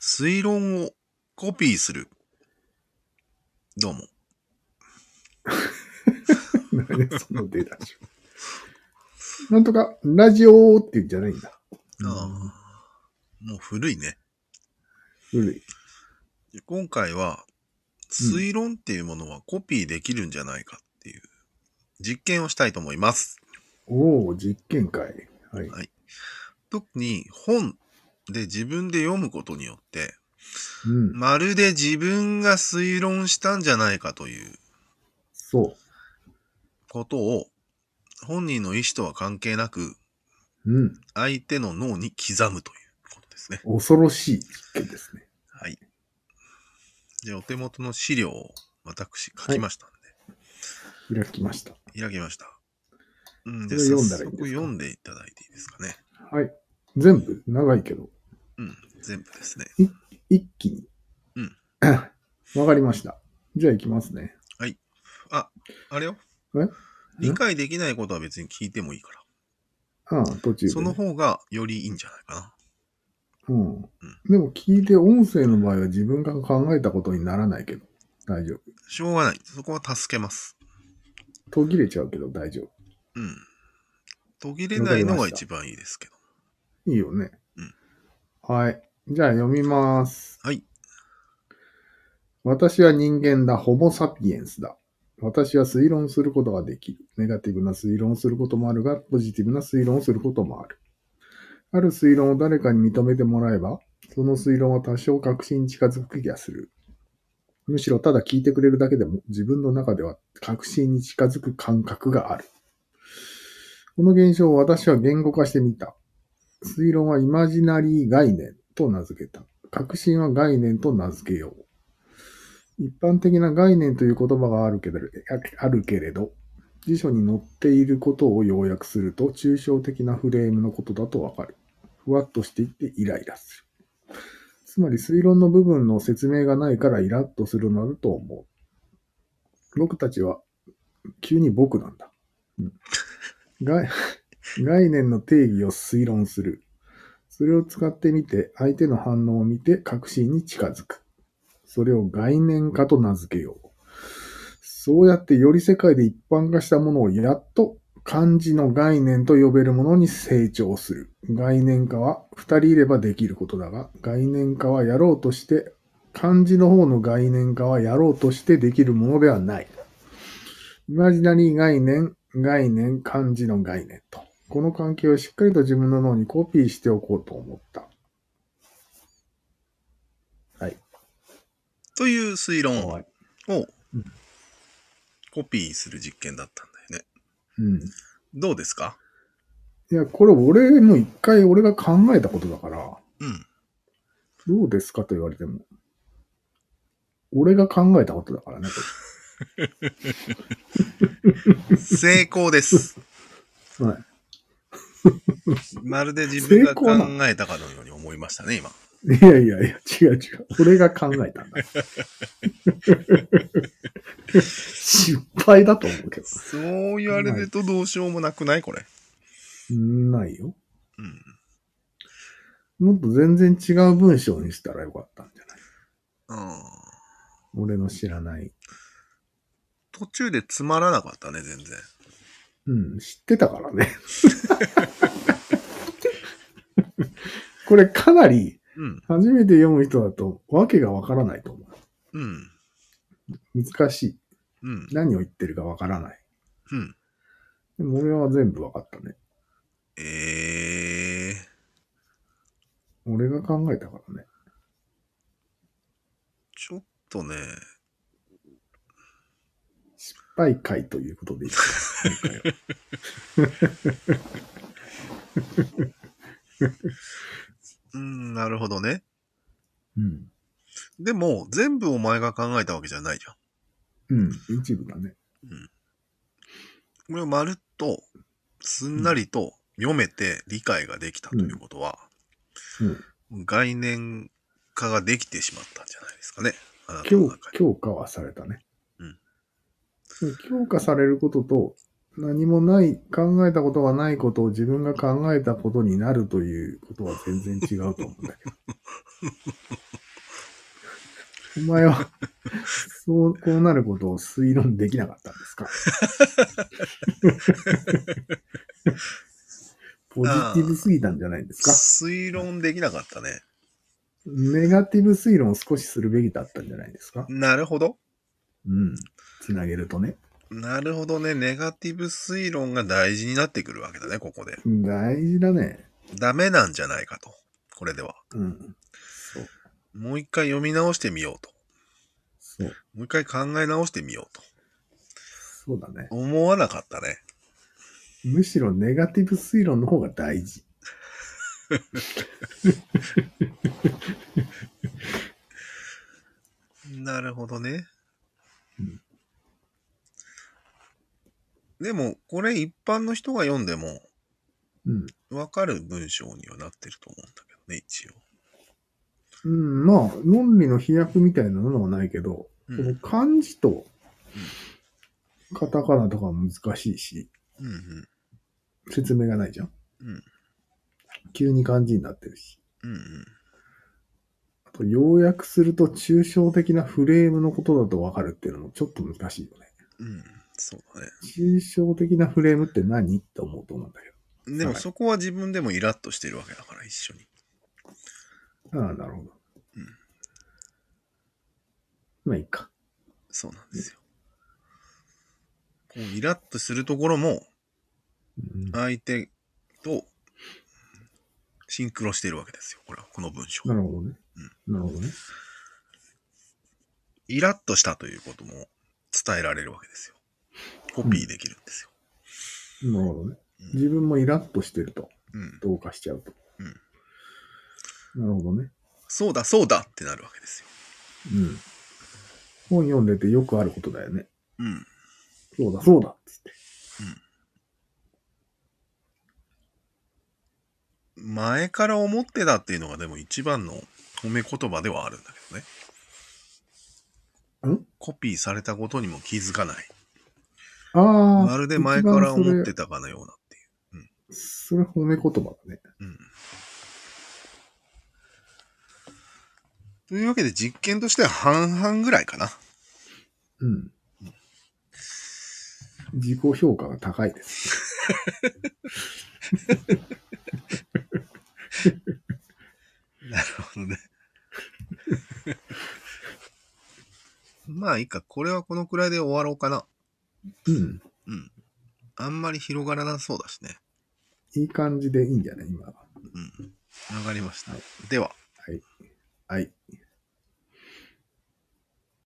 推論をコピーする。どうも。何やその出だし。なんとか、ラジオって言うんじゃないんだ。ああもう古いね。古い。で今回は、うん推論っていうものはコピーできるんじゃないかっていう実験をしたいと思います。おお、実験会。はい。はい特に本で自分で読むことによって、うん。まるで自分が推論したんじゃないかというそことを本人の意思とは関係なくう。うん。相手の脳に刻むということですね。恐ろしい実験ですね。はい。で、お手元の資料を私書きましたんで、開きました。開きました。うん、こで、れ早読んだらいいん速ですか読んでいただいていいですかね。はい。全部、長いけど、うん、全部ですね。一気に。うん。 わかりました。じゃあ行きますね。あ、あれよえ。理解できないことは別に聞いてもいいから。ああ、途中でね、その方がよりいいんじゃないかな。うん。でも聞いて、音声の場合は自分が考えたことにならないけど、大丈夫。しょうがない。そこは助けます。途切れちゃうけど大丈うん。途切れないのが一番いいですけど。夫。いいよね。うんはい。じゃあ読みます。はい。私は人間だ。ホモ・サピエンスだ。私は推論することができる。ネガティブな推論をすることもあるが、ポジティブな推論をすることもある。ある推論を誰かに認めてもらえば、その推論は多少確信に近づく気がする。むしろただ聞いてくれるだけでも自分の中では確信に近づく感覚がある。この現象を私は言語化してみた。推論はイマジナリー概念と名付けた。確信は概念と名付けよう。一般的な概念という言葉があるけどあるけれど、辞書に載っていることを要約すると、抽象的なフレームのことだとわかる。ふわっとしていってイライラする。つまり推論の部分の説明がないからイラッとするのだと思う。僕たちは、急に僕なんだ。うん、概概念の定義を推論する。それを使ってみて、相手の反応を見て確信に近づく。それを概念化と名付けよう。そうやってより世界で一般化したものをやっと漢字の概念と呼べるものに成長する。概念化は二人いればできることだが、概念化はやろうとして、漢字の方の概念化はやろうとしてできるものではない。イマジナリー概念、概念、漢字の概念と。この関係をしっかりと自分の脳にコピーしておこうと思った。という推論をい。コピーする実験だったんだよね。うん。どうですかいや、これ俺も一回俺が考えたことだから、うん。どうですかと言われても。俺が考えたことだからね。こ成功です。れはい。まるで自分が考えたかのように思いましたね、今。いやいやいや、違う違う。俺が考えたんだ。失敗だと思うけど。そう言われるとどうしようもなくないこれ。ないよ。うん。もっと全然違う文章にしたらよかったんじゃないうん。俺の知らない。途中でつまらなかったね、全然。うん、知ってたからね。 これかなりうん。初めて読む人だとわけがわからないと思うん。う。難しい。うん。何を言ってるかわからない。うん。でも俺は全部わかったね。ええー。俺が考えたからね。ちょっとね、失敗回ということでいいですか今回はうん、なるほどね。うん。でも、全部お前が考えたわけじゃないじゃん。うん。一部だね。これをまるっと、すんなりと読めて理解ができたということは、うん。概念化ができてしまったんじゃないですかね。あなたの強中に。強化はされたね。うん強化されることと、何もない、考えたことがないことを自 分が考えたことになるということは全然違うと思うんだけど。お前は、そう、こうなることを推論できなかったんですか ポジティブすぎたんじゃないですか推論できなかったね。ネガティブ推論を少しするべきだったんじゃないですかなるほど。うん。つなげるとね。なるほどね。ネガティブ推論が大事になってくるわけだね、ここで。大事だね。ダメなんじゃないかと。これでは。うん。そう。もう一回読み直してみようと。そう。もう一回考え直してみようと。そうだね。思わなかったね。むしろネガティブ推論の方が大事。なるほどねうん。でも、これ一般の人が読んでも、うん。わかる文章にはなってると思うんだけどね、一応。うん、まあ、論理の飛躍みたいなのはないけど、うこのん。漢字とカタカナとかは難しいし、うんうん。説明がないじゃん。うん急に漢字になってるし。うんうん。あと、要約すると抽象的なフレームのことだとわかるっていうのもちょっと難しいよね。うん。そうだね。抽象的なフレームって何って思うと思うんだけでもはいそこは自分でもイラッとしてるわけだから、一緒に。ど。ああ、なるほど。うんまあいいか。そうなんですよ。こうイラッとするところも、うん相手とシンクロしてるわけですよ。これは、この文章。なるほどね。なるほどね。イラッとしたということも伝えられるわけですよ。コピーできるんですよ。なるほどね。うん自分もイラッとしてると、うん。どうかしちゃうと。なるほどね。そうだ、そうだってなるわけですよ。うん。本読んでてよくあることだよね。うん。そうだ、そうだ、つって。前から思ってたっていうのがでも一番の褒め言葉ではあるんだけどね。んコピーされたことにも気づかない。ああ。まるで前から思って一番たかのようなっていそれ。それ褒め言葉だね。う。うん。というわけで実験としては半々ぐらいかな。 うん。自己評価が高いです。なるほどね。 まあいいか、これはこのくらいで終わろうかな。うん。うん。あんまり広がらなそうだしね。いい感じでいいんじゃない今は。うん。わかりました。はいでは。はい。